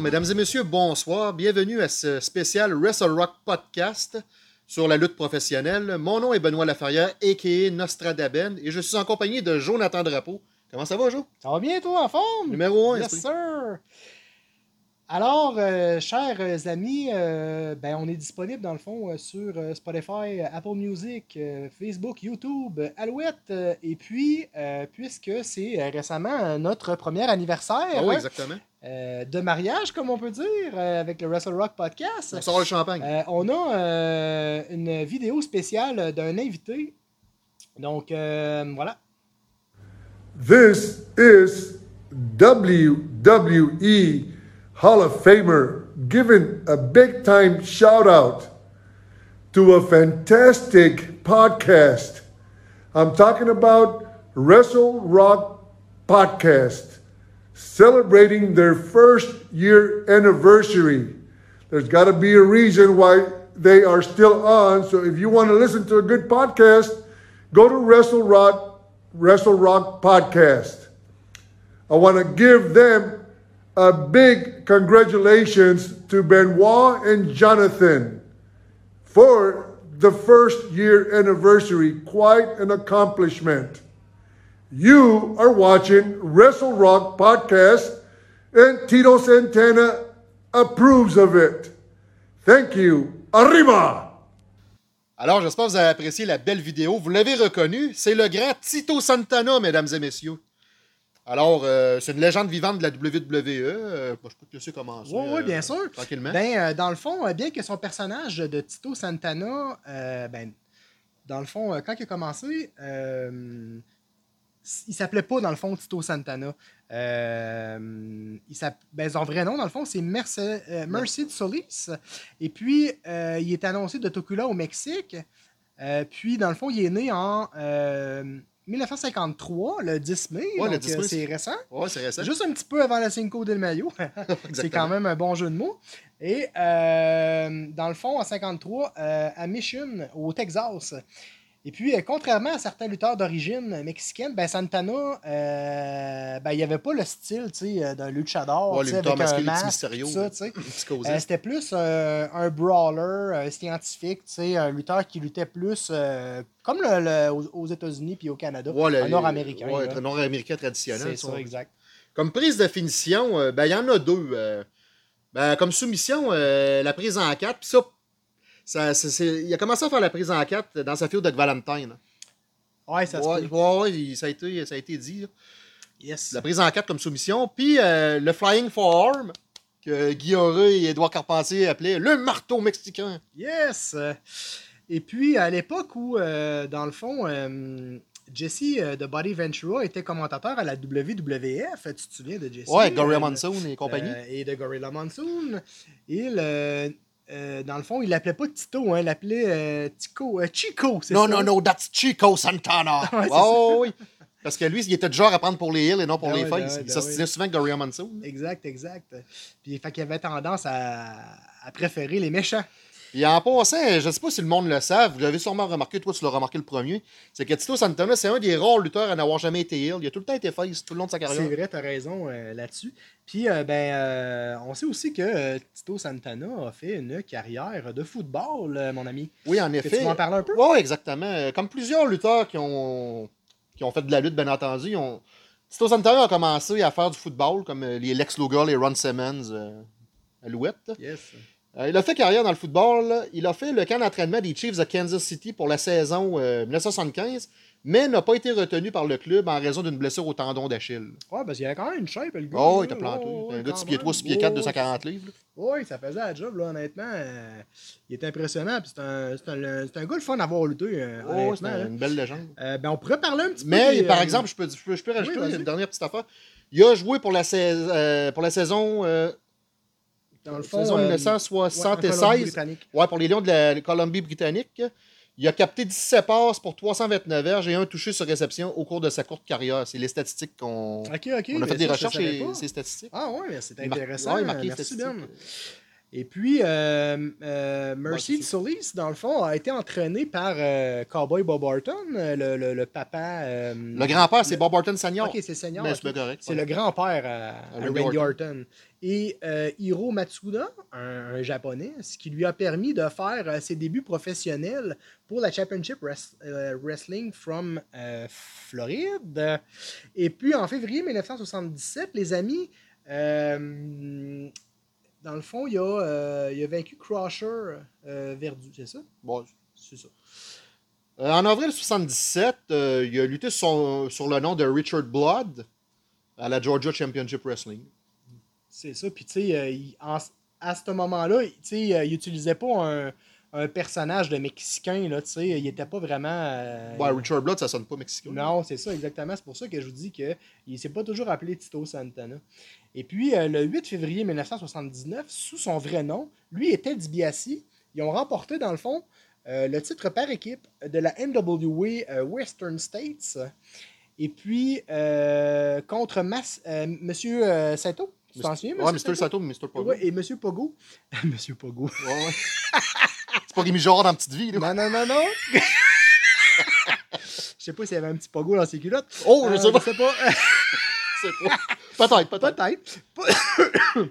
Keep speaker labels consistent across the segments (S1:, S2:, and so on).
S1: Mesdames et messieurs, bonsoir. Bienvenue à ce spécial Wrestle Rock Podcast sur la lutte professionnelle. Mon nom est Benoît Laferrière, a.k.a. Nostradaben, et je suis en compagnie de Jonathan Drapeau. Comment ça va, Jo?
S2: Ça va bien, toi, en forme?
S1: Numéro 1,
S2: Yes, sir! Alors, euh, chers amis, euh, ben, on est disponible dans le fond euh, sur euh, Spotify, euh, Apple Music, euh, Facebook, YouTube, euh, Alouette. euh, et puis, euh, puisque c'est euh, récemment euh, notre premier anniversaire
S1: Ah oui,
S2: hein,
S1: exactement.
S2: euh, de mariage, comme on peut dire, euh, avec le Wrestle Rock Podcast,
S1: On sort le champagne.
S2: euh, on a euh, une vidéo spéciale d'un invité. Donc, euh, voilà.
S3: This is WWE Hall of Famer giving a big time shout out to a fantastic podcast. I'm talking about Wrestle Rock Podcast celebrating their first year anniversary. There's got to be a reason why they are still on. So if you want to listen to a good podcast, go to Wrestle Rock Wrestle Rock Podcast. I want to give them a big congratulations to Benoit and Jonathan for the first year anniversary. Quite an accomplishment. You are watching Wrestle Rock Podcast, and Tito Santana approves of it. Thank you. Arriba!
S1: Alors, j'espère que vous avez apprécié la belle vidéo. Vous l'avez reconnu, c'est le grand Tito Santana, mesdames et messieurs. Alors, euh, c'est une légende vivante de la WWE. Euh, bah, je peux te laisser commencer.
S2: Oui, oui,
S1: euh,
S2: bien sûr.
S1: Tranquillement.
S2: Ben, euh, dans le fond, euh, bien que son personnage de Tito Santana, euh, ben, dans le fond, euh, quand il a commencé, euh, s- il s'appelait pas, dans le fond, Tito Santana. Euh, il s'app- ben, son vrai nom, dans le fond, c'est Merce- euh, Mercy de Solis. Et puis, euh, il est annoncé de Tocula au Mexique. Euh, puis, dans le fond, il est né en euh, 1953, le 10 mai.
S1: Ouais, le
S2: donc,
S1: 10
S2: euh,
S1: mai,
S2: c'est
S1: c'est-
S2: récent.
S1: Ouais, c'est récent.
S2: Juste un petit peu avant la Cinco del Mayo. C'est
S1: Exactement.
S2: quand même un bon jeu de mots. Et euh, dans le fond, en 53, euh, à Mission, au Texas. Et puis, euh, contrairement à certains lutteurs d'origine mexicaine, ben Santana, euh, ben, il n'y avait pas le style tu sais, euh, d'un luchador,
S1: Ouais,
S2: tu
S1: les
S2: sais,
S1: lutteurs
S2: avec un
S1: masqués, les petits
S2: masque,
S1: mystérieux.
S2: tout ça, tu sais.
S1: Psychosés.
S2: Euh, C'était plus euh, un brawler euh, scientifique, tu sais, un lutteur qui luttait plus euh, comme le- le- aux- aux États-Unis puis au Canada,
S1: Ouais, le-
S2: un Nord-Américain.
S1: ouais,
S2: là.
S1: le nord-américain traditionnel.
S2: C'est
S1: ils sont-
S2: ça, exact.
S1: Comme prise de finition, euh, ben, il y en a deux. euh. Ben, comme soumission, euh, la prise en quatre. Puis ça, ça- c'est- c'est- il a commencé à faire la prise en quatre dans sa feud avec Valentine.
S2: Ouais, ça se
S1: ouais,
S2: peut.
S1: ouais, ouais, il- ça, a été, ça a été dit. là.
S2: Yes.
S1: La prise en quatre comme soumission. Puis euh, le Flying Forearm, que Guy Auré et Édouard Carpentier appelaient le marteau mexicain.
S2: Yes! Euh, Et puis, à l'époque où, euh, dans le fond, euh, Jesse euh, de Body Ventura était commentateur à la WWF, tu te souviens de Jesse?
S1: Ouais, Gorilla
S2: Euh,
S1: Monsoon et compagnie.
S2: euh, et de Gorilla Monsoon. Il, euh, euh, dans le fond, il l'appelait pas Tito, hein, il l'appelait euh, Tico, euh, Chico, c'est
S1: non,
S2: ça?
S1: non, non, that's Chico Santana.
S2: Ouais, c'est
S1: Oh, oui. Parce que lui, il était du genre à prendre pour les hills et non pour
S2: Ah
S1: les
S2: ouais,
S1: faces.
S2: ben ouais,
S1: il
S2: ben
S1: s'ostinait
S2: ouais.
S1: souvent avec Gorilla Monsoon.
S2: Exact, exact. Puis, fait qu'il avait tendance à, à préférer les méchants.
S1: Et en passant, je ne sais pas si le monde le savent, vous l'avez sûrement remarqué, toi tu l'as remarqué le premier, c'est que Tito Santana, c'est un des rares lutteurs à n'avoir jamais été heel. Il a tout le temps été face tout le long de sa
S2: C'est
S1: carrière.
S2: vrai, t'as raison euh, là-dessus. Puis, euh, ben, euh, on sait aussi que euh, Tito Santana a fait une carrière de football, euh, mon ami.
S1: Oui, en
S2: Que tu
S1: effet.
S2: m'en parles un peu?
S1: Oui, exactement. Euh, Comme plusieurs lutteurs qui ont, qui ont fait de la lutte, bien entendu, ils ont- Tito Santana a commencé à faire du football, comme euh, les Lex Luger, les Ron Simmons, euh, Alouette.
S2: Yes.
S1: Euh, il a fait carrière dans le football. là. Il a fait le camp d'entraînement des Chiefs de Kansas City pour la saison euh, 1975, mais n'a pas été retenu par le club en raison d'une blessure au tendon d'Achille.
S2: Ouais, parce qu'il y avait quand même une shape, le gars.
S1: Oh,
S2: là.
S1: il t'a planté.
S2: Ouais,
S1: T'as
S2: ouais,
S1: un gars de
S2: quand
S1: 6 pieds 3, 6
S2: même. Oh,
S1: pieds 4,
S2: Ouais,
S1: 240 livres. là.
S2: Ouais, ouais, ça faisait la job, là, honnêtement. Euh, il était impressionnant. Puis c'est un, c'est un, c'est un gars le fun à voir lutté, euh,
S1: Oh, c'est
S2: honnêtement. là.
S1: une belle légende.
S2: Euh, ben, on pourrait parler un petit peu.
S1: Mais
S2: des,
S1: par
S2: euh,
S1: exemple, je peux, je peux, je peux rajouter
S2: vas-y.
S1: une dernière petite affaire. Il a joué pour la, saison euh, pour la saison, euh,
S2: dans le fond,
S1: saison
S2: euh, ouais, en
S1: 1976.
S2: Colombie-Britannique.
S1: Ouais, pour les Lions de la Colombie-Britannique. Il a capté 17 passes pour 329 verges et un touché sur réception au cours de sa courte carrière. C'est les statistiques qu'on
S2: Ok, ok.
S1: on a
S2: mais
S1: fait des
S2: ça, je
S1: recherches
S2: savais
S1: et
S2: pas.
S1: ces statistiques.
S2: Ah, ouais, mais c'est
S1: Il mar-
S2: intéressant.
S1: ouais, il marquait les
S2: Merci,
S1: statistiques.
S2: Ben. Et puis, euh, euh, Mercy
S1: Bon, tu-
S2: Solis, dans le fond, a été entraîné par euh, Cowboy Bob Orton, euh, le, le- le papa. euh,
S1: Le grand-père, c'est Bob Orton Senior.
S2: Ok, c'est Senior.
S1: Mais
S2: ok.
S1: c'est bien correct.
S2: C'est le grand-père à, à
S1: Randy
S2: Randy Orton. Et euh, Hiro Matsuda, un, un japonais, ce qui lui a permis de faire euh, ses débuts professionnels pour la Championship Wres- euh, Wrestling from euh, Floride. Et puis en février 1977, les amis, euh, dans le fond, il a, euh, il a vaincu Crusher euh, Verdu, c'est ça?
S1: Bon,
S2: C'est ça.
S1: Euh, en avril 77, euh, il a lutté son- sur le nom de Richard Blood à la Georgia Championship Wrestling.
S2: C'est ça. Puis, tu sais, euh, il- en- à ce moment-là, il- tu sais, euh, il n'utilisait pas un, un personnage de Mexicain, là, tu sais. Il n'était pas vraiment. euh,
S1: Ouais, Richard Blood, ça sonne pas mexicain.
S2: non, c'est ça, exactement. C'est pour ça que je vous dis qu'il ne s'est pas toujours appelé Tito Santana. Et puis, euh, le 8 février 1979, sous son vrai nom, lui et Ted DiBiase, ils ont remporté, dans le fond, euh, le titre par équipe de la NWA euh, Western States. Et puis, euh, contre Mas- euh, Monsieur euh, Saito. Tu t'en souviens,
S1: Ouais, Mr.
S2: Saito?
S1: Sato, mais Mr. Pogo.
S2: Ouais, et Monsieur Pogo. Monsieur Pogo.
S1: Ouais, ouais. c'est pas Rémi Girard dans Petite Vie, là.
S2: Non, non, non, non. Je sais pas s'il y avait un petit Pogo dans ses culottes.
S1: Oh, je
S2: Euh,
S1: sais pas.
S2: Je sais pas.
S1: c'est pas- Peut-être, peut-être.
S2: Peut-être. Pour-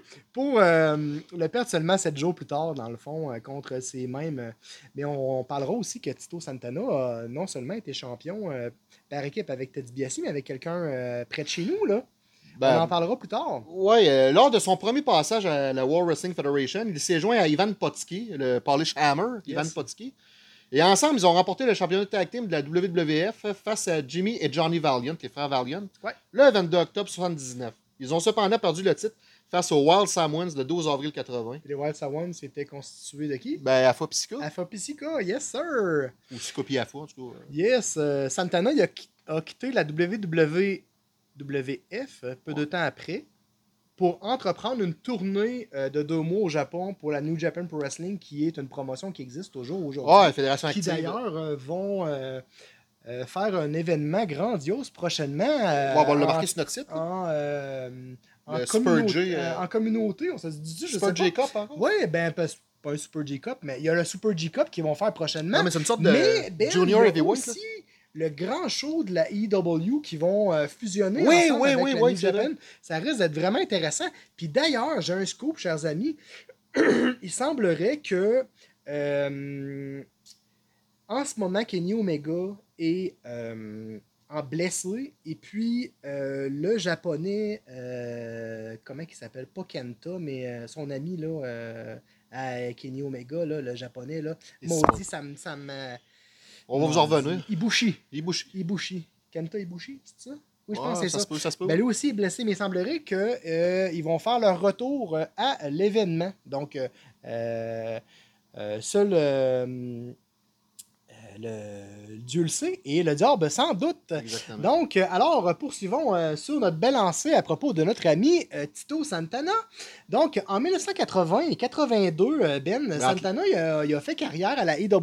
S2: Pour euh, le perdre seulement 7 jours plus tard, dans le fond, euh, contre ces mêmes. euh, mais on, on parlera aussi que Tito Santana a non seulement été champion euh, par équipe avec Ted Biassi, mais avec quelqu'un euh, près de chez nous, là.
S1: Ben,
S2: on en parlera plus tard.
S1: ouais, euh, lors de son premier passage à la World Wrestling Federation, il s'est joint à Ivan Potsky, le Polish Hammer, Ivan Potsky. Et ensemble, ils ont remporté le championnat tag team de la WWF face à Jimmy et Johnny Valiant, les frères Valiant,
S2: Ouais.
S1: le 22 octobre 79. Ils ont cependant perdu le titre face aux Wild Samoans le 12 avril 80.
S2: Les Wild Sawans c'était constitué de qui
S1: Ben, Afa Pisco,
S2: Alpha Pisica, yes sir
S1: ou Psycho puis Afa, en tout cas. euh,
S2: Yes, euh, Santana il a, qui- a quitté la WWF euh, peu de
S1: Ouais.
S2: temps après pour entreprendre une tournée euh, de deux mois au Japon pour la New Japan Pro Wrestling, qui est une promotion qui existe toujours
S1: Ah, la
S2: aujourd'hui.
S1: Fédération
S2: qui
S1: Active.
S2: d'ailleurs euh, vont euh, euh, faire un événement grandiose prochainement. euh,
S1: Ouais, on va le
S2: en-
S1: marquer sur notre site.
S2: en, euh, en
S1: Le
S2: communauté-
S1: Super J, euh,
S2: euh, en communauté, on se dit, je
S1: Super
S2: sais pas.
S1: J-Cup, encore.
S2: Oui, ben, pas, pas un Super J-Cup, mais il y a le Super J-Cup qu'ils vont faire
S1: Non,
S2: prochainement.
S1: Ah, mais c'est une sorte de
S2: Mais ben,
S1: Junior
S2: il y a
S1: Heavyweight. là.
S2: aussi le grand show de la EW qui vont euh, fusionner
S1: Oui,
S2: ensemble
S1: oui,
S2: avec
S1: oui,
S2: la
S1: oui,
S2: New
S1: c'est vrai.
S2: Japan. Ça risque d'être vraiment intéressant. Puis d'ailleurs, j'ai un scoop, chers amis. il semblerait que euh, en ce moment, Kenny Omega est euh, en blessé. Et puis euh, le japonais, euh, comment il s'appelle Pas Kenta, mais euh, son ami là, euh, à Kenny Omega, là, le japonais, là,
S1: Et
S2: maudit, ça me. ça me-
S1: On va vous en revenir.
S2: Ibushi.
S1: Il bouche.
S2: Ibushi. Kenta Ibushi, c'est ça? Oui, je
S1: Ah,
S2: pense que c'est
S1: ça
S2: ça.
S1: se peut, ça se peut.
S2: Ben, lui aussi est blessé, mais il semblerait qu'ils vont faire leur retour euh, à l'événement. Donc, euh, euh, euh, seul euh, euh, le Dieu le sait et le diable sans doute.
S1: Exactement.
S2: Donc, euh, alors, euh, poursuivons euh, sur notre belle lancée à propos de notre ami euh, Tito Santana. Donc, en 1980 et 82, euh, Ben, Santana, il a, il a fait carrière à la AWA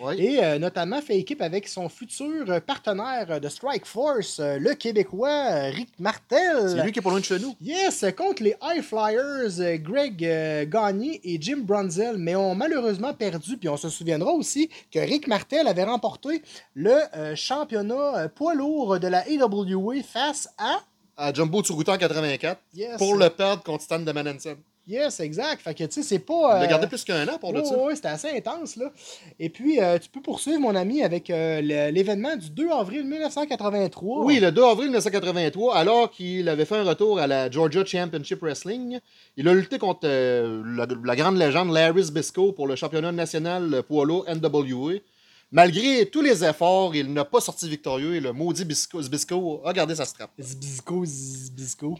S1: Ouais.
S2: et euh, notamment fait équipe avec son futur euh, partenaire euh, de Strike Force, euh, le Québécois euh, Rick Martel.
S1: C'est lui qui est pas loin de chez nous.
S2: Yes, contre les High Flyers, euh, Greg euh, Gagné et Jim Brunzel, mais ont malheureusement perdu. Puis on se souviendra aussi que Rick Martel avait remporté le euh, championnat euh, poids lourd de la AWA face à.
S1: À Jumbo Tsuruta en 84.
S2: Yes.
S1: Pour le perdre contre Stan de Manensen.
S2: Yes, exact. Fait que tu sais, c'est
S1: Il
S2: pas.
S1: l'a
S2: euh,
S1: gardé plus qu'un an pour le
S2: Oui,
S1: titre.
S2: c'était assez intense. là. Et puis, euh, tu peux poursuivre, mon ami, avec euh, le- l'événement du 2 avril 1983.
S1: Oui, le 2 avril 1983, alors qu'il avait fait un retour à la Georgia Championship Wrestling, il a lutté contre euh, la, la grande légende Larry Zbysko pour le championnat national poids lourd NWA. Malgré tous les efforts, il n'a pas sorti victorieux et le maudit Bisco- Zbysko a gardé sa strap.
S2: Zbisco, zbisco.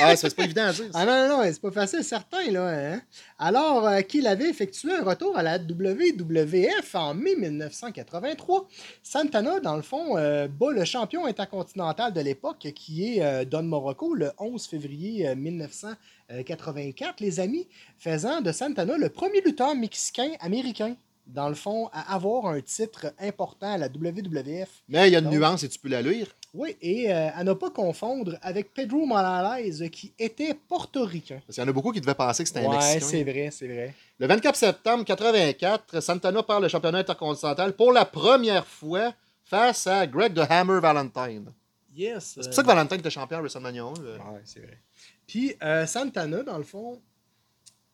S1: Ah, ça, c'est pas évident à dire. ça.
S2: Ah non, non, non, c'est pas facile, certain, là. hein. Alors euh, qu'il avait effectué un retour à la WWF en mai 1983, Santana, dans le fond, euh, bat le champion intercontinental de l'époque, qui est euh, Don Morocco, le 11 février euh, 1984, les amis, faisant de Santana le premier lutteur mexicain américain, dans le fond, à avoir un titre important à la WWF.
S1: Mais il y a une
S2: Donc-
S1: nuance et tu peux la lire.
S2: Oui, et euh, à ne pas confondre avec Pedro Morales, qui était portoricain.
S1: Parce qu'il y en a beaucoup qui devaient penser que c'était un
S2: Ouais,
S1: Mexicain.
S2: c'est vrai, c'est vrai.
S1: Le 24 septembre 84, Santana perd le championnat intercontinental pour la première fois face à Greg the Hammer Valentine.
S2: Yes.
S1: C'est
S2: euh,
S1: pour ça que Valentine était champion à WrestleMania 1. euh.
S2: Ouais, c'est vrai. Puis euh, Santana, dans le fond,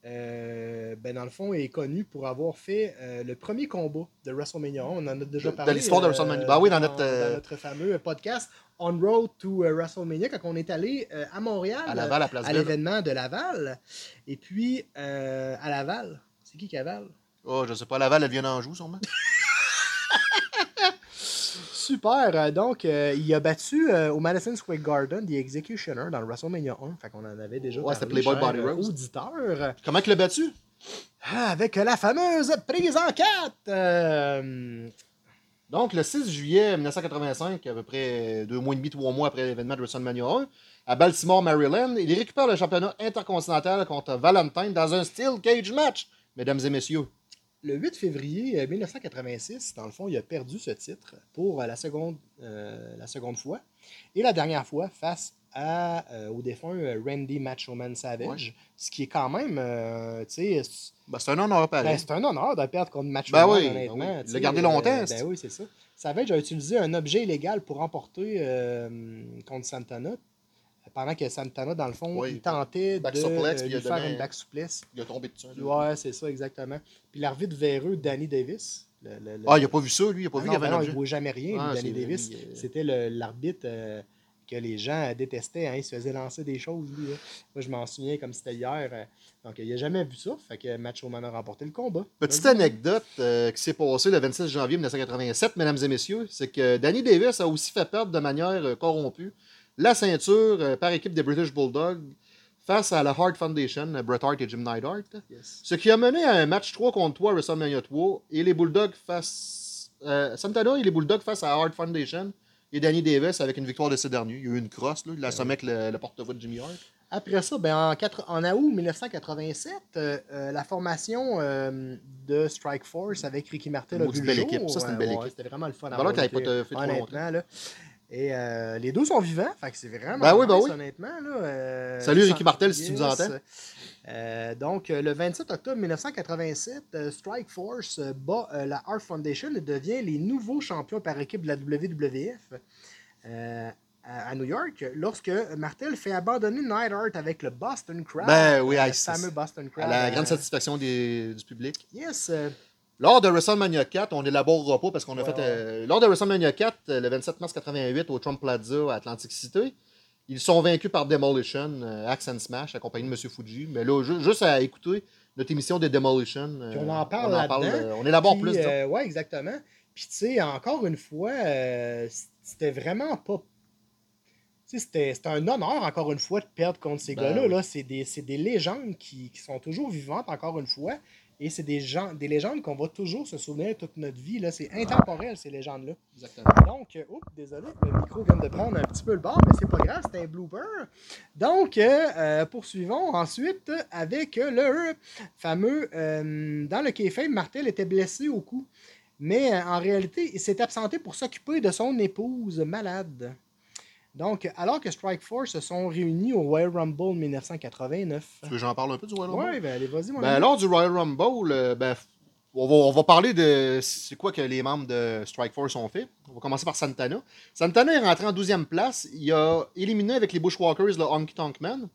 S2: euh, ben, dans le fond, est connu pour avoir fait euh, le premier combat de Wrestlemania. On en a déjà
S1: De- de
S2: parlé.
S1: l'histoire de WrestleMania. Ben oui, dans notre, euh,
S2: dans notre fameux podcast On Road to euh, WrestleMania, quand on est allé euh, à Montréal,
S1: À Laval, à Place
S2: à
S1: Belle.
S2: l'événement de Laval. Et puis, euh, à Laval, c'est qui qui avale?
S1: Oh, je sais pas, Laval, elle vient d'Anjou, sûrement.
S2: Super. euh, Donc, euh, il a battu euh, au Madison Square Garden The Executioner dans le WrestleMania 1. Fait qu'on en avait déjà
S1: Ouais, c'était
S2: parlé,
S1: Playboy
S2: cher,
S1: Body
S2: euh,
S1: Rose.
S2: auditeur.
S1: Comment qu'il l'a battu?
S2: Ah, Avec la fameuse prise en quatre. euh,
S1: Donc, le 6 juillet 1985, à peu près deux mois et demi, trois mois après l'événement de WrestleMania 1, à Baltimore, Maryland, il récupère le championnat intercontinental contre Valentine dans un Steel Cage match, mesdames et messieurs.
S2: le 8 février euh, 1986, dans le fond, il a perdu ce titre pour euh, la seconde, euh, la seconde fois. Et la dernière fois, face à, euh, au défunt euh, Randy Machoman Savage. Ce qui est quand même, euh, tu sais, c'est-
S1: Ben, c'est un honneur pareil.
S2: ben, c'est un honneur de perdre contre Machoman,
S1: Ben oui, ben
S2: honnêtement.
S1: oui.
S2: tu
S1: Le
S2: sais,
S1: garder
S2: euh,
S1: longtemps, c'est-
S2: ben oui, c'est ça. Savage a utilisé un objet illégal pour remporter euh, contre Santana. Pendant que Santana, dans le fond,
S1: Oui,
S2: il tentait
S1: back
S2: de
S1: suplex,
S2: euh,
S1: puis il
S2: lui
S1: a
S2: faire
S1: donné
S2: une
S1: un-
S2: back souplesse.
S1: Il a tombé dessus. lui.
S2: Ouais, c'est ça, exactement. Puis l'arbitre véreux, Danny Davis. le- le- le-
S1: Ah, il a pas vu ça, lui. Il a pas
S2: Ah
S1: vu qu'il
S2: non,
S1: y avait
S2: ben
S1: un
S2: non,
S1: objet.
S2: il ne jamais rien,
S1: Ah,
S2: lui,
S1: c'est
S2: Danny
S1: vrai,
S2: Davis.
S1: il, euh,
S2: C'était le- l'arbitre euh, que les gens détestaient. hein, Il se faisait lancer des choses, lui. hein. Moi, je m'en souviens comme c'était hier. euh. Donc, il n'a jamais vu ça. Fait que Macho Man a remporté le combat.
S1: Petite anecdote euh, qui s'est passée le 26 janvier 1987, mesdames et messieurs, c'est que Danny Davis a aussi fait perdre de manière euh, corrompue la ceinture euh, par équipe des British Bulldogs face à la Hart Foundation, euh, Bret Hart et Jim Neidhart,
S2: Yes.
S1: ce qui a mené à un match 3 contre 3 à WrestleMania 3 et les Bulldogs face euh, Santana et les Bulldogs face à Hart Foundation et Danny Davis avec une victoire de ces derniers. Il y a eu une crosse, là, il
S2: Ah
S1: l'a assommé avec le, le porte-voix de Jimmy Hart.
S2: Après ça, ben, en, quatre- en août 1987, euh, euh, la formation euh, de Strike Force avec Ricky Martel a
S1: Maudite
S2: vu le
S1: belle
S2: jour.
S1: équipe. Ça, c'est une
S2: Ouais,
S1: belle
S2: ouais,
S1: équipe.
S2: C'était vraiment le fun à
S1: Valeur
S2: voir,
S1: qu'elle ait pas
S2: là,
S1: te fait trop
S2: honnêtement, là. Et euh, les deux sont vivants, fait que c'est vraiment
S1: Ben oui, ben
S2: nice,
S1: oui.
S2: honnêtement. Là, euh,
S1: Salut, Ricky
S2: sans-
S1: Martel, si tu nous entends.
S2: Euh, donc, euh, le 27 octobre 1987, euh, Strike Force euh, bat euh, la Heart Foundation et devient les nouveaux champions par équipe de la WWF euh, à, à New York lorsque Martel fait abandonner Nightheart avec le Boston Crab.
S1: Ben oui,
S2: euh,
S1: hey,
S2: le
S1: c'est-
S2: fameux Boston
S1: À
S2: Crab.
S1: la
S2: euh,
S1: grande satisfaction des- du public.
S2: Yes. euh,
S1: Lors de WrestleMania 4, on élaborera pas parce qu'on a
S2: Ouais,
S1: fait. euh, lors de WrestleMania 4, euh, le 27 mars 88, au Trump Plaza à Atlantic City, ils sont vaincus par Demolition, euh, Axe and Smash, accompagné de M. Fuji. Mais là, ju- juste à écouter notre émission des Demolition. euh,
S2: Puis on en parle
S1: On,
S2: là-dedans.
S1: euh, on élabore
S2: Puis,
S1: plus. disons.
S2: euh, ouais, exactement. Puis tu sais, encore une fois, euh, c'était vraiment pas. Tu sais, c'était c'était un honneur, encore une fois, de perdre contre ces
S1: Ben
S2: gars-là.
S1: oui.
S2: là. C'est des, c'est des légendes qui, qui sont toujours vivantes, encore une fois. Et c'est des, gens, des légendes qu'on va toujours se souvenir toute notre vie. là.
S1: Ah.
S2: C'est intemporel, ces légendes-là. Donc, euh, oups, désolé, le micro vient de prendre un petit peu le bord, mais c'est pas grave, c'est un blooper. Donc, euh, euh, poursuivons ensuite avec euh, le fameux. euh, dans le café, Martel était blessé au cou, mais euh, en réalité, il s'est absenté pour s'occuper de son épouse malade. Donc, alors que Strike Force se sont réunis au Royal Rumble 1989.
S1: Tu veux que j'en parle un peu du Royal Rumble?
S2: Ouais, ben allez, vas-y, mon
S1: Ben,
S2: ami.
S1: lors du Royal Rumble, euh, ben, f- on, va, on va parler de c'est quoi que les membres de Strike Force ont fait. On va commencer par Santana. Santana est rentré en 12e place. Il a éliminé avec les Bushwalkers le Honky Tonk Man,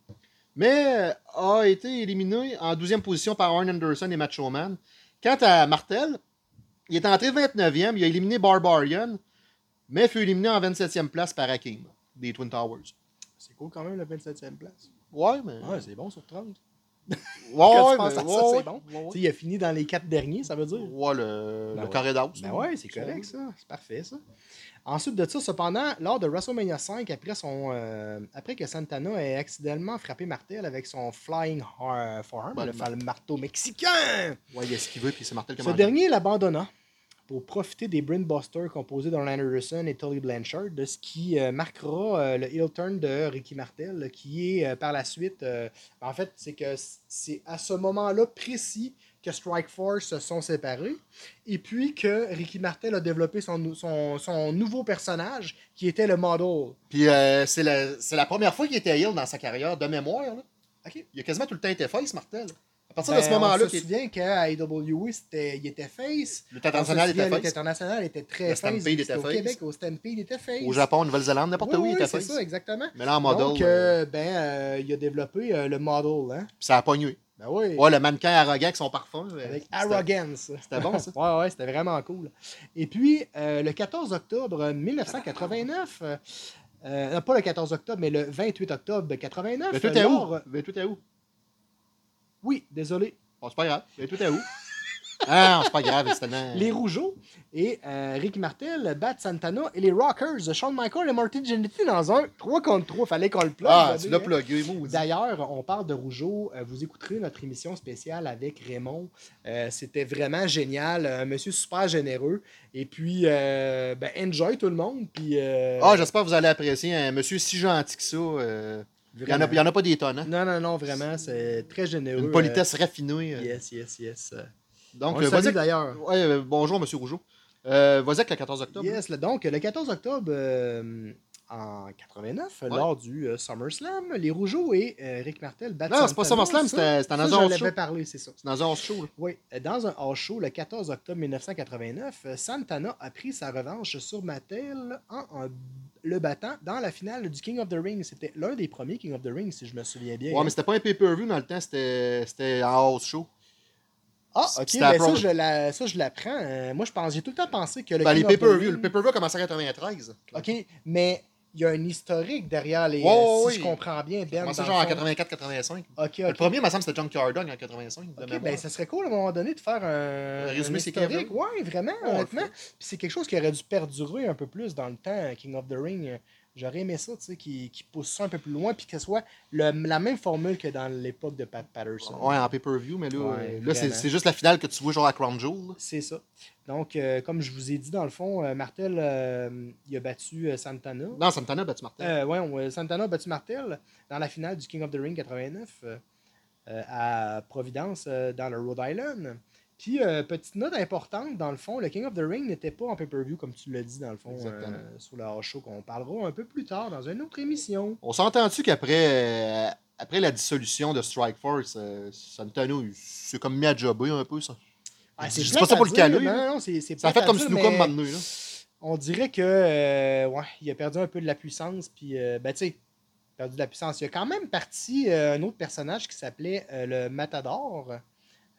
S1: mais euh, a été éliminé en 12e position par Arn Anderson et Macho Man. Quant à Martel, il est entré 29e. Il a éliminé Barbarian, mais fut éliminé en 27e place par Hakim des Twin Towers.
S2: C'est cool quand même, la 27e place.
S1: Ouais, mais.
S2: Ouais, c'est bon sur 30.
S1: Ouais,
S2: Quand tu
S1: mais-
S2: penses à ça,
S1: ouais,
S2: c'est bon.
S1: ouais, ouais.
S2: Tu sais, il a fini dans les quatre derniers, ça veut dire.
S1: Ouais, le,
S2: Ben
S1: le
S2: ouais.
S1: carré d'os.
S2: Ben ouais, c'est correct ça. C'est parfait ça. Ensuite de ça, cependant, lors de WrestleMania 5, après, son, euh, après que Santana ait accidentellement frappé Martel avec son Flying har- Forearm,
S1: Ouais,
S2: le,
S1: le
S2: fa- le marteau mexicain,
S1: Ouais, il esquivé, puis c'est Martel qui a
S2: ce
S1: mangé.
S2: dernier l'abandonna pour profiter des Brainbusters composés d'Arn Anderson et Tully Blanchard, de ce qui euh, marquera euh, le heel turn de Ricky Martel, ben, qui est euh, par la suite. euh, en fait, c'est que c- c'est à ce moment-là précis que Strike Force se sont séparés, et puis que Ricky Martel a développé son, nou- son- son nouveau personnage qui était le model.
S1: Puis euh, c'est la, c'est la première fois qu'il était heel dans sa carrière de mémoire. Là.
S2: OK.
S1: Il a quasiment tout le temps été face, Martel. À partir de
S2: Ben,
S1: ce moment-là,
S2: on se
S1: qu'il-
S2: souvient qu'à AEW, E, c'était- il était face.
S1: Lutte internationale
S2: On se souvient,
S1: était face.
S2: Lutte internationale était très
S1: Le
S2: face.
S1: Stampede
S2: C'était
S1: était
S2: Au
S1: face.
S2: Québec, au Stampede, il était face.
S1: au Japon, Nouvelle-Zélande, n'importe
S2: oui,
S1: où, il
S2: oui,
S1: était
S2: c'est
S1: face.
S2: ça, exactement.
S1: Mais là, en model,
S2: Donc,
S1: euh,
S2: euh, ben, euh, il a développé euh, le model, hein?
S1: ça a pogné.
S2: Ben oui,
S1: Ouais, le mannequin arrogant avec son parfum. euh,
S2: avec
S1: c'était-
S2: Arrogance.
S1: C'était bon, ça.
S2: Ouais, ouais, c'était vraiment cool. Et puis, euh, le 14 octobre 1989, euh, euh, non, pas le 14 octobre, mais le 28 octobre 89.
S1: Mais tout est où?
S2: lors-
S1: Mais tout est où?
S2: Oui, désolé.
S1: Bon, c'est pas grave. Mais tout est où? Ah, non, c'est pas grave, c'est tellement-
S2: Les Rougeaux et euh, Ricky Martel battent Santana et les Rockers, Shawn Michaels et Martin Jannetty dans un 3 contre 3. Fallait qu'on le plug.
S1: Ah,
S2: regardez,
S1: tu l'as
S2: hein.
S1: plugué, maudit.
S2: D'ailleurs, on parle de Rougeau. Euh, Vous écouterez notre émission spéciale avec Raymond. Euh, C'était vraiment génial. Un monsieur super généreux. Et puis, euh, ben, enjoy tout le monde. Puis, euh,
S1: Ah, j'espère que vous allez apprécier un monsieur si gentil que ça. euh, il n'y en, a- il y en a pas des tonnes. hein.
S2: Non, non, non, vraiment, c'est très généreux.
S1: Une politesse raffinée.
S2: Euh,
S1: euh.
S2: yes, yes, yes. Euh,
S1: Donc,
S2: on le
S1: euh,
S2: salue
S1: vas-y.
S2: d'ailleurs.
S1: Ouais, euh, bonjour, monsieur Rougeau. Euh, vas-y avec le 14 octobre.
S2: Yes, le- donc le 14 octobre euh, en 89, lors du euh, SummerSlam, les Rougeaux et euh, Rick Martel battent
S1: Non, c'est pas
S2: Santana.
S1: SummerSlam, c'était- c'était dans
S2: ça,
S1: un
S2: j'en
S1: show.
S2: avais parlé, c'est ça.
S1: C'est dans un 11 show. là.
S2: Oui, dans un hors show le 14 octobre 1989, euh, Santana a pris sa revanche sur Mattel en, en le battant dans la finale du King of the Ring. C'était l'un des premiers King of the Ring, si je me souviens bien.
S1: Ouais, mais c'était pas un pay-per-view dans le temps, c'était c'était en house show.
S2: ah, ok,
S1: c'était
S2: ben
S1: la
S2: ça,
S1: pro-
S2: je la, ça, je l'apprends. Euh, moi, je pense, j'ai tout le temps pensé que le
S1: Ben, les
S2: King of the
S1: pay-per-view,
S2: Ring-
S1: le pay-per-view a commencé en 93.
S2: OK, mais il y a un historique derrière les.
S1: Ouais,
S2: euh,
S1: ouais,
S2: si
S1: ouais.
S2: je comprends bien, Ben.
S1: Commencé
S2: dans
S1: genre en
S2: le fond.
S1: 84-85.
S2: OK,
S1: Le
S2: OK.
S1: premier, il me semble, c'était Junkyard Dog en 85. de
S2: OK,
S1: mémoire.
S2: ben, ça serait cool à un moment donné de faire un.
S1: Un résumé,
S2: un
S1: c'est
S2: historique.
S1: Kevin.
S2: Ouais, vraiment,
S1: on le
S2: honnêtement. Puis c'est quelque chose qui aurait dû perdurer un peu plus dans le temps, King of the Ring. J'aurais aimé ça, tu sais, qui, qui pousse ça un peu plus loin, puis que ce soit le- la même formule que dans l'époque de Pat Patterson.
S1: Ouais, en pay-per-view, mais là,
S2: Ouais,
S1: euh, là c'est
S2: vraiment.
S1: c'est juste la finale que tu vois genre à Crown Jewel. là.
S2: C'est ça. Donc, euh, comme je vous ai dit, dans le fond, euh, Martel, euh, il a battu euh, Santana.
S1: Non, Santana a battu Martin.
S2: Euh, ouais, on- euh, Santana a battu Martel dans la finale du King of the Ring 89 euh, euh, à Providence, euh, dans le Rhode Island. Puis, euh, petite note importante, dans le fond, le King of the Ring n'était pas en pay-per-view, comme tu l'as dit, dans le fond,
S1: Exactement.
S2: euh, sur le hors show qu'on parlera un peu plus tard dans une autre émission.
S1: On s'entend-tu qu'après euh, après la dissolution de Strike Force, euh, Santana, il s'est comme mis à jobber un peu, ça.
S2: Ah, c'est
S1: je dis
S2: plate
S1: pas ça
S2: à
S1: pour le
S2: dire,
S1: caler,
S2: non,
S1: là.
S2: non, c'est- c'est
S1: Ça a
S2: plate
S1: fait
S2: à
S1: comme
S2: dire,
S1: Snookum
S2: mais
S1: maintenant, là.
S2: On dirait que euh, ouais, il a perdu un peu de la puissance, puis, euh, ben, tu sais, perdu de la puissance. Il y a quand même parti euh, un autre personnage qui s'appelait euh, le Matador,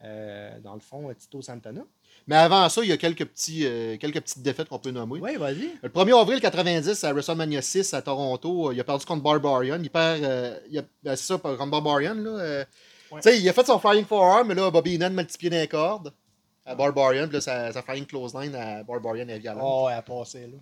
S2: euh, dans le fond, euh, Tito Santana.
S1: Mais avant ça, il y a quelques, petits, euh, quelques petites défaites qu'on peut nommer.
S2: Oui, vas-y.
S1: Le 1er avril 90, à WrestleMania 6 à Toronto, euh, il a perdu contre Barbarian. Il perd. euh, il a- ben, c'est ça, contre Barbarian. Là, euh,
S2: Ouais.
S1: Tu sais, il a fait son Flying Forearm, mais là, Bobby Heenan multiplié dans les cordes
S2: Ah.
S1: à Barbarian. Puis là, sa, sa Flying Clothesline à Barbarian est violente.
S2: Oh, elle a passé, là.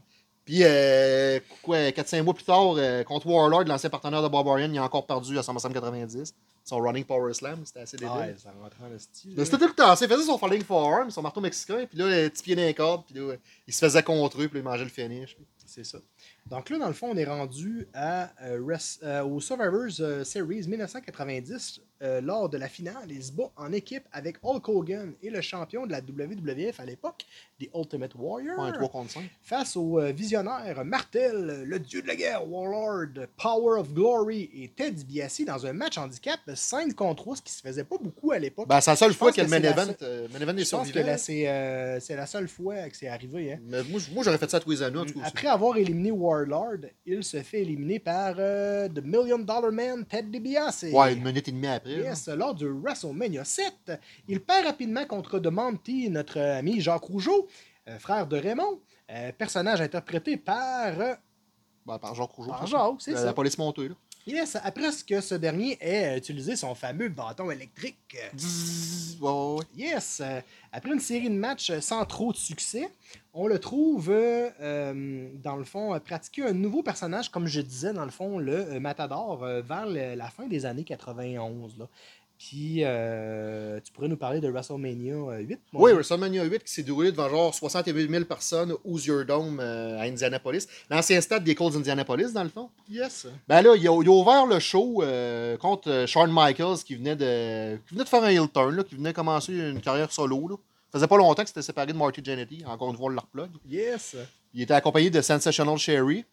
S1: Puis, euh, quoi, 4-5 mois plus tard, euh, contre Warlord, l'ancien partenaire de Barbarian, il a encore perdu à SummerSlam 90. Son Running Power Slam, c'était assez débile.
S2: Ah, ouais, ça rentre en style.
S1: Mais C'était tout le temps ça. Il faisait son Falling Forearm, son marteau mexicain, puis là, le petit pied dans les cordes, puis là, euh, il se faisait contre eux, puis là, il mangeait le finish.
S2: C'est ça. Donc là, dans le fond, on est rendu à, euh, Res- euh, au Survivors euh, Series 1990 euh, lors de la finale. Il se bat en équipe avec Hulk Hogan et le champion de la WWF à l'époque, The Ultimate Warrior.
S1: Pas un 3 contre 5.
S2: Face au euh, visionnaire Martel, le dieu de la guerre, Warlord, Power of Glory et Ted DiBiase dans un match handicap 5 contre 3, ce qui se faisait pas beaucoup à l'époque.
S1: Ben, c'est la seule
S2: Je
S1: fois
S2: pense
S1: que le
S2: que
S1: main
S2: c'est la
S1: event,
S2: seule-
S1: euh, main event est
S2: je pense que
S1: survivant.
S2: là, c'est euh, c'est la seule fois que c'est arrivé. hein.
S1: Mais moi, j- moi, j'aurais fait ça à tous les années, en tout cas.
S2: Après avoir éliminé Warlord, il se fait éliminer par euh, The Million Dollar Man Ted DiBiase.
S1: Ouais, une minute et demie après. là.
S2: Yes, lors du WrestleMania 7, il perd rapidement contre The Monty, notre ami Jacques Rougeau, euh, frère de Raymond, euh, personnage interprété par euh,
S1: Ben, par Jacques Rougeau.
S2: Par
S1: ça.
S2: Jacques, c'est
S1: La-
S2: ça.
S1: La police montée, là.
S2: Yes, après ce que ce dernier ait utilisé son fameux bâton électrique.
S1: Zzz, Ouais, ouais, ouais.
S2: Yes, euh, après une série de matchs sans trop de succès, on le trouve, euh, euh, dans le fond, euh, pratiquer un nouveau personnage, comme je disais, dans le fond, le euh, Matador, euh, vers le- la fin des années 91. là. Puis, euh, tu pourrais nous parler de WrestleMania euh, 8. mon
S1: Oui,
S2: ami.
S1: WrestleMania 8 qui s'est déroulé devant genre 68 000 personnes au Hoosier Dome euh, à Indianapolis. L'ancien stade des Colts d'Indianapolis, dans le fond.
S2: Yes.
S1: Ben là, il a, il a ouvert le show euh, contre euh, Shawn Michaels qui venait de, qui venait de faire un heel turn, là, qui venait commencer une carrière solo. Là. Ça faisait pas longtemps que c'était séparé de Marty Jannetty, encore une fois, on leur plug.
S2: Yes.
S1: Il était accompagné de Sensational Sherry.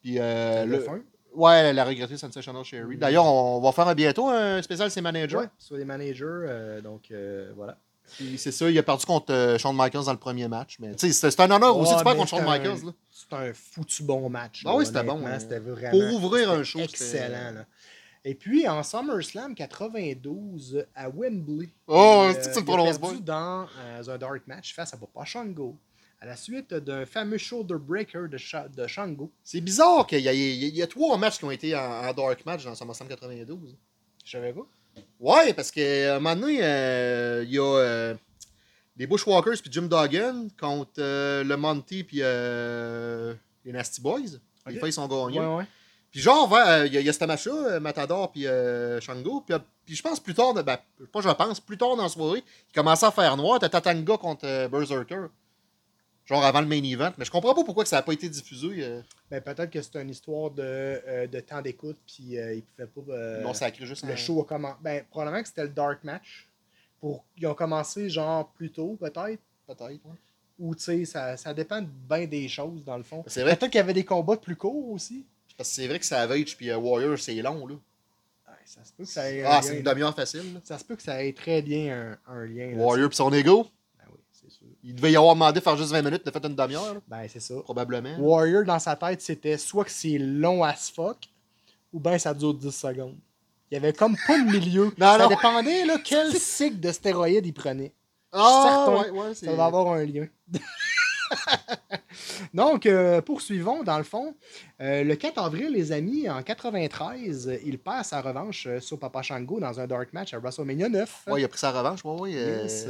S1: Puis, euh,
S2: le Mm.
S1: le-
S2: fin.
S1: ouais, la regrettée Sensational Sherry. D'ailleurs, on va faire un- bientôt un spécial C'est Manager.
S2: Ouais, sur les managers. euh, donc, euh, voilà.
S1: Puis c'est ça, il a perdu contre euh, Shawn Michaels dans le premier match. Mais tu sais, c'est c'est un honneur aussi
S2: Ouais,
S1: de faire
S2: mais
S1: contre Shawn
S2: c'était un-
S1: Michaels. là.
S2: C'était un foutu bon match.
S1: Ah
S2: là,
S1: oui, c'était bon,
S2: honnêtement,
S1: hein.
S2: C'était vraiment
S1: Pour ouvrir un show,
S2: c'était
S1: c'était-
S2: excellent. là. Et puis, en SummerSlam 92, à Wembley.
S1: Oh,
S2: il,
S1: c'est-tu que tu le
S2: euh, il a
S1: prononces
S2: perdu dans euh, un dark match face à Papa Shango. À la suite d'un fameux shoulder breaker de, Sha- de Shango.
S1: C'est bizarre qu'il y, a- il y a- il y a trois matchs qui ont été en, en dark match dans SummerSlam 92.
S2: Je savais pas.
S1: Ouais, parce qu'à un moment donné, euh, il y a euh, les Bushwalkers puis Jim Duggan contre euh, le Monty puis euh, les Nasty Boys. Les
S2: Ok.
S1: Faces ont gagné.
S2: Ouais, ouais.
S1: Puis genre, vers- euh, il y, a- il y a ce match-là, euh, Matador puis euh, Shango. Puis, euh, puis je pense plus tard, de- ben, pas je pense, plus tard dans la soirée, il commençait à faire noir. T'as Tatanga contre euh, Berserker. Genre avant le main event. Mais je comprends pas pourquoi que ça n'a pas été diffusé. euh.
S2: Ben, Peut-être que c'est une histoire de, euh, de temps d'écoute, puis euh, ils pouvaient pas. euh,
S1: Ils l'ont sacré juste
S2: le
S1: en-
S2: show a commencé. Ben, probablement que c'était le dark match. Pour... Ils ont commencé genre plus tôt, peut-être.
S1: Peut-être. hein. ouais.
S2: Ou tu sais, ça, ça dépend de bien des choses dans le fond.
S1: C'est vrai.
S2: Peut-être qu'il y avait des combats plus courts aussi.
S1: Parce que c'est vrai que Savage puis euh, Warrior, c'est long. là.
S2: Ouais, ça se peut que ça ait,
S1: Ah,
S2: un
S1: c'est
S2: lien,
S1: une demi-heure facile. là.
S2: ça se peut que ça ait très bien un, un lien. là,
S1: Warrior puis son ego.
S2: tu sais. Ben oui, c'est sûr.
S1: Il devait y avoir demandé de faire juste 20 minutes, de fait une demi-heure, là,
S2: Ben c'est ça.
S1: probablement.
S2: Warrior dans sa tête, c'était soit que c'est long as fuck, ou bien ça dure 10 secondes. Il y avait comme pas de milieu.
S1: Non,
S2: ça
S1: non.
S2: dépendait là, quel cycle de stéroïdes il prenait.
S1: Ah,
S2: certain.
S1: ouais, ouais, c'est-
S2: Ça va avoir un lien. Donc, euh, poursuivons, dans le fond. Euh, le 4 avril, les amis, en 93, euh, il perd sa revanche euh, sur Papa Shango dans un dark match à WrestleMania 9.
S1: Ouais, il a pris sa revanche. Ouais, ouais, euh,
S2: Yes.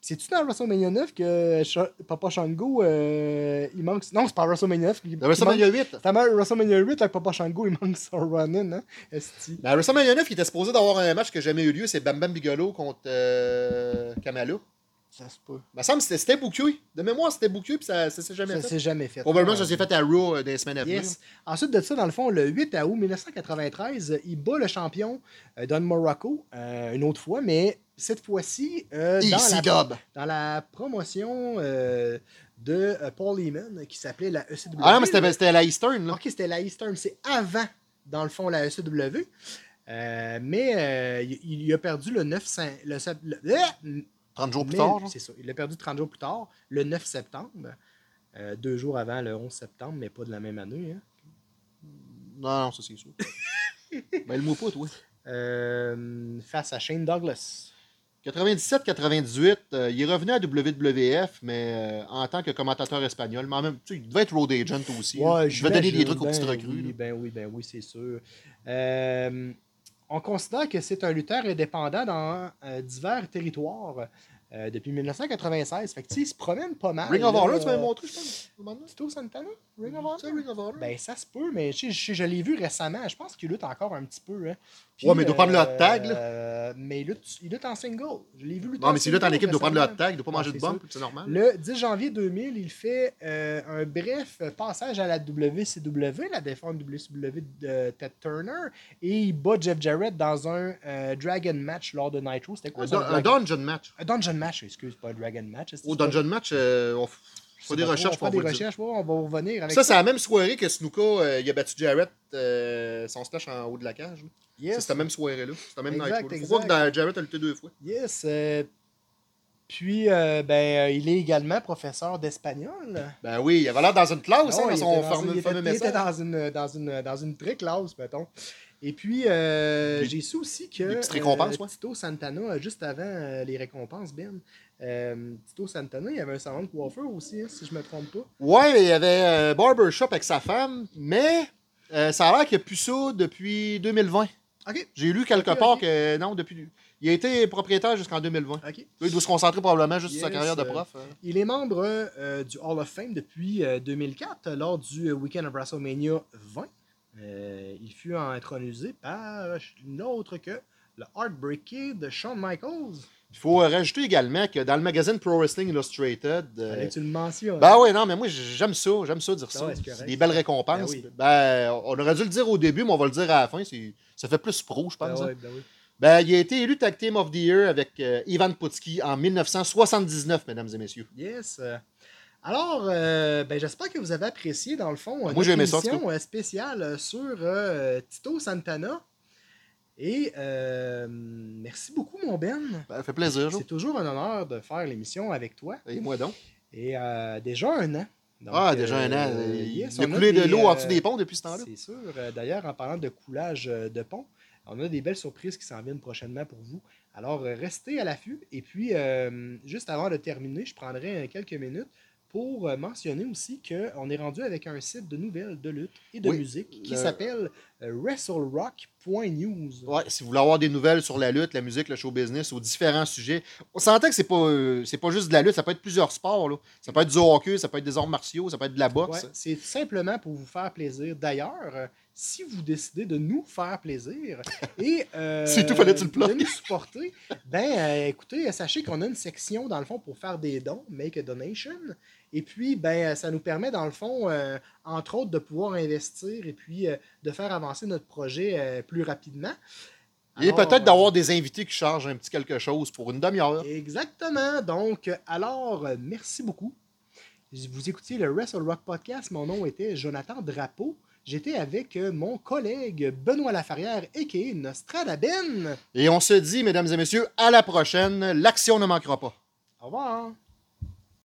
S2: C'est-tu dans WrestleMania 9 que Sha- Papa Shango, euh, il manque... Non, c'est pas à WrestleMania 9. qu'il-
S1: Dans WrestleMania
S2: il
S1: 8.
S2: manque- C'est à WrestleMania 8 avec Papa Shango, il manque son run-in, hein? esti.
S1: Ben, à WrestleMania 9, il était supposé d'avoir un match qui n'a jamais eu lieu, c'est Bam Bam Bigelow contre euh, Kamala.
S2: Ça se peut.
S1: Ben, semble que c'était- c'était booké. De mémoire, c'était booké, puis ça, ça s'est jamais
S2: Ça
S1: fait.
S2: s'est jamais fait.
S1: Probablement que ça s'est fait à Raw euh, des semaines à venir.
S2: Yes. Ensuite de ça, dans le fond, le 8 août 1993, euh, il bat le champion euh, Don Morocco euh, une autre fois, mais cette fois-ci euh, dans,
S1: Ici,
S2: la,
S1: Gob.
S2: dans la promotion euh, de euh, Paul Heyman qui s'appelait la E ECW.
S1: Ah non, mais c'était- c'était à la Eastern, là.
S2: Ok, c'était la Eastern, c'est avant, dans le fond, la ECW. Euh, mais euh, il, il a perdu le 9 cin- le, sept- le- euh,
S1: 30 jours plus
S2: mais-
S1: tard. genre.
S2: C'est ça. Il l'a perdu 30 jours plus tard, le 9 septembre. Euh, deux jours avant le 11 septembre, mais pas de la même année. hein.
S1: Non, non, ça c'est sûr. ben, le mot pas, toi.
S2: Euh, face à Shane Douglas.
S1: 97-98, euh, il est revenu à WWF, mais euh, en tant que commentateur espagnol. Mais en même tu sais, il devait être road agent aussi. là. je vais donner des trucs aux petites recrues.
S2: Oui,
S1: là.
S2: ben oui, ben oui, c'est sûr. Euh, on considère que c'est un lutteur indépendant dans euh, divers territoires euh, depuis 1996. Fait que, tu sais, il se promène pas mal.
S1: Ring of Honor, tu
S2: euh,
S1: m'avais montré, je pense. au moment donné.
S2: Tito Santana? Ring of
S1: C'est
S2: Honor?
S1: ça, Ring of Honor?
S2: Ben, ça se peut, mais je, je- je l'ai vu récemment. Je pense qu'il lutte encore un petit peu. Hein.
S1: Ouais, mais il doit prendre le hot tag, là.
S2: euh, mais il lutte, il lutte en single. Je l'ai vu lutter
S1: non, mais c'est là,
S2: lutte
S1: en équipe, il doit prendre le hot
S2: tag.
S1: tag, il doit pas
S2: Ah,
S1: manger de
S2: c'est
S1: bombe, c'est normal.
S2: Le 10 janvier 2000, il fait euh, un bref passage à la WCW, la défense WCW de Ted Turner, et il bat Jeff Jarrett dans un euh, Dragon Match lors de Nitro. C'était quoi
S1: Un,
S2: ça?
S1: dun-
S2: le
S1: un
S2: dragon-
S1: dungeon match.
S2: Un dungeon match, excuse, pas un Dragon Match.
S1: Au dungeon match, euh, on f- fait des recherches
S2: pour
S1: pour
S2: des
S1: vous le dire.
S2: recherches, ouais, on va revenir avec
S1: Ça, c'est la même soirée que Snuka, euh, il a battu Jarrett, euh, son slash en haut de la cage. là. C'est
S2: Yes.
S1: cette même soirée-là. C'est la même
S2: Exact,
S1: night.
S2: exact.
S1: Pourquoi que dans- Jarrett a lutté deux fois
S2: Yes. euh, puis, euh, ben, euh, il est également professeur d'espagnol.
S1: Ben oui, il avait l'air dans une classe, hein, dans
S2: Non, Ben Ah il
S1: son
S2: était dans une-
S1: fameux
S2: il était-
S1: fameux
S2: il était
S1: message.
S2: dans une, dans une, dans une très classe, mettons. Et puis, euh,
S1: Des-
S2: j'ai su aussi
S1: des
S2: que
S1: petites récompenses, ouais.
S2: Tito Santana, euh, juste avant euh, les récompenses, Ben, euh, Tito Santana, il avait un salon de coiffeur aussi, hein, si je me trompe pas.
S1: Ouais, mais il y avait euh, Barbershop avec sa femme, mais euh, ça a l'air qu'il n'y a plus ça depuis 2020.
S2: OK.
S1: J'ai lu quelque
S2: Ok,
S1: part
S2: ok.
S1: que non, depuis. Il a été propriétaire jusqu'en 2020. Là,
S2: OK.
S1: il doit se concentrer probablement juste sur sa
S2: Yes,
S1: carrière de
S2: euh,
S1: prof. hein.
S2: Il est membre euh, du Hall of Fame depuis euh, 2004, euh, lors du euh, Weekend of WrestleMania 20. Euh, il fut intronisé par euh, n'autre que le Heartbreak Kid de Shawn Michaels.
S1: Il faut euh, rajouter également que dans le magazine Pro Wrestling Illustrated. euh,
S2: Fallait que tu le mentionnes.
S1: ben oui, non, mais moi j'aime ça, j'aime ça dire ça.
S2: ouais, c'est
S1: C'est
S2: correct.
S1: des belles récompenses.
S2: Ben oui.
S1: Ben, on aurait dû le dire au début, mais on va le dire à la fin. c'est- Ça fait plus pro, je
S2: Ben
S1: pense. hein.
S2: ouais, ben oui.
S1: Ben, il a été élu Tag Team of the Year avec euh, Ivan Putski en 1979, mesdames et messieurs.
S2: Yes. Euh, Alors, euh, ben, j'espère que vous avez apprécié, dans le fond, euh,
S1: Moi,
S2: notre
S1: j'ai aimé ça, en tout
S2: émission euh, spéciale euh, sur euh, Tito Santana. Et euh, merci beaucoup, mon Ben.
S1: Ben, ça fait plaisir, Jo.
S2: C'est toujours un honneur de faire l'émission avec toi.
S1: Et moi donc.
S2: Et euh, déjà un an. Donc,
S1: ah, déjà un an.
S2: euh,
S1: il
S2: yes,
S1: il a
S2: on a
S1: coulé de
S2: des,
S1: l'eau en
S2: euh,
S1: dessous des ponts depuis ce temps-là.
S2: C'est sûr. Euh, D'ailleurs, en parlant de coulage euh, de pont, on a des belles surprises qui s'en viennent prochainement pour vous. Alors, euh, restez à l'affût. Et puis, euh, juste avant de terminer, je prendrai euh, quelques minutes pour euh, mentionner aussi qu'on est rendu avec un site de nouvelles, de lutte et de
S1: Oui,
S2: musique qui
S1: le-
S2: s'appelle euh, wrestlerock.news.
S1: Ouais, si vous voulez avoir des nouvelles sur la lutte, la musique, le show business, aux différents sujets, on s'entend que c'est pas, euh, c'est pas juste de la lutte, ça peut être plusieurs sports. Là. Ça peut être du hockey, ça peut être des arts martiaux, ça peut être de la boxe.
S2: Ouais, c'est tout simplement pour vous faire plaisir. D'ailleurs, euh, si vous décidez de nous faire plaisir et euh,
S1: C'est tout, fallait-tu le
S2: de
S1: plug?
S2: nous supporter, ben euh, écoutez, euh, sachez qu'on a une section dans le fond pour faire des dons, make a donation. Et puis, ben, euh, ça nous permet, dans le fond, euh, entre autres, de pouvoir investir et puis euh, de faire avancer notre projet euh, plus rapidement.
S1: Et
S2: Alors,
S1: peut-être
S2: euh,
S1: d'avoir des invités qui chargent un petit quelque chose pour une demi-heure.
S2: Exactement. Donc, euh, alors, euh, merci beaucoup. Vous écoutiez le Wrestle Rock Podcast. Mon nom était Jonathan Drapeau. J'étais avec euh, mon collègue Benoît Laferrière, a.k.a. Nostradaben.
S1: Et on se dit, mesdames et messieurs, à la prochaine. L'action ne manquera pas.
S2: Au revoir.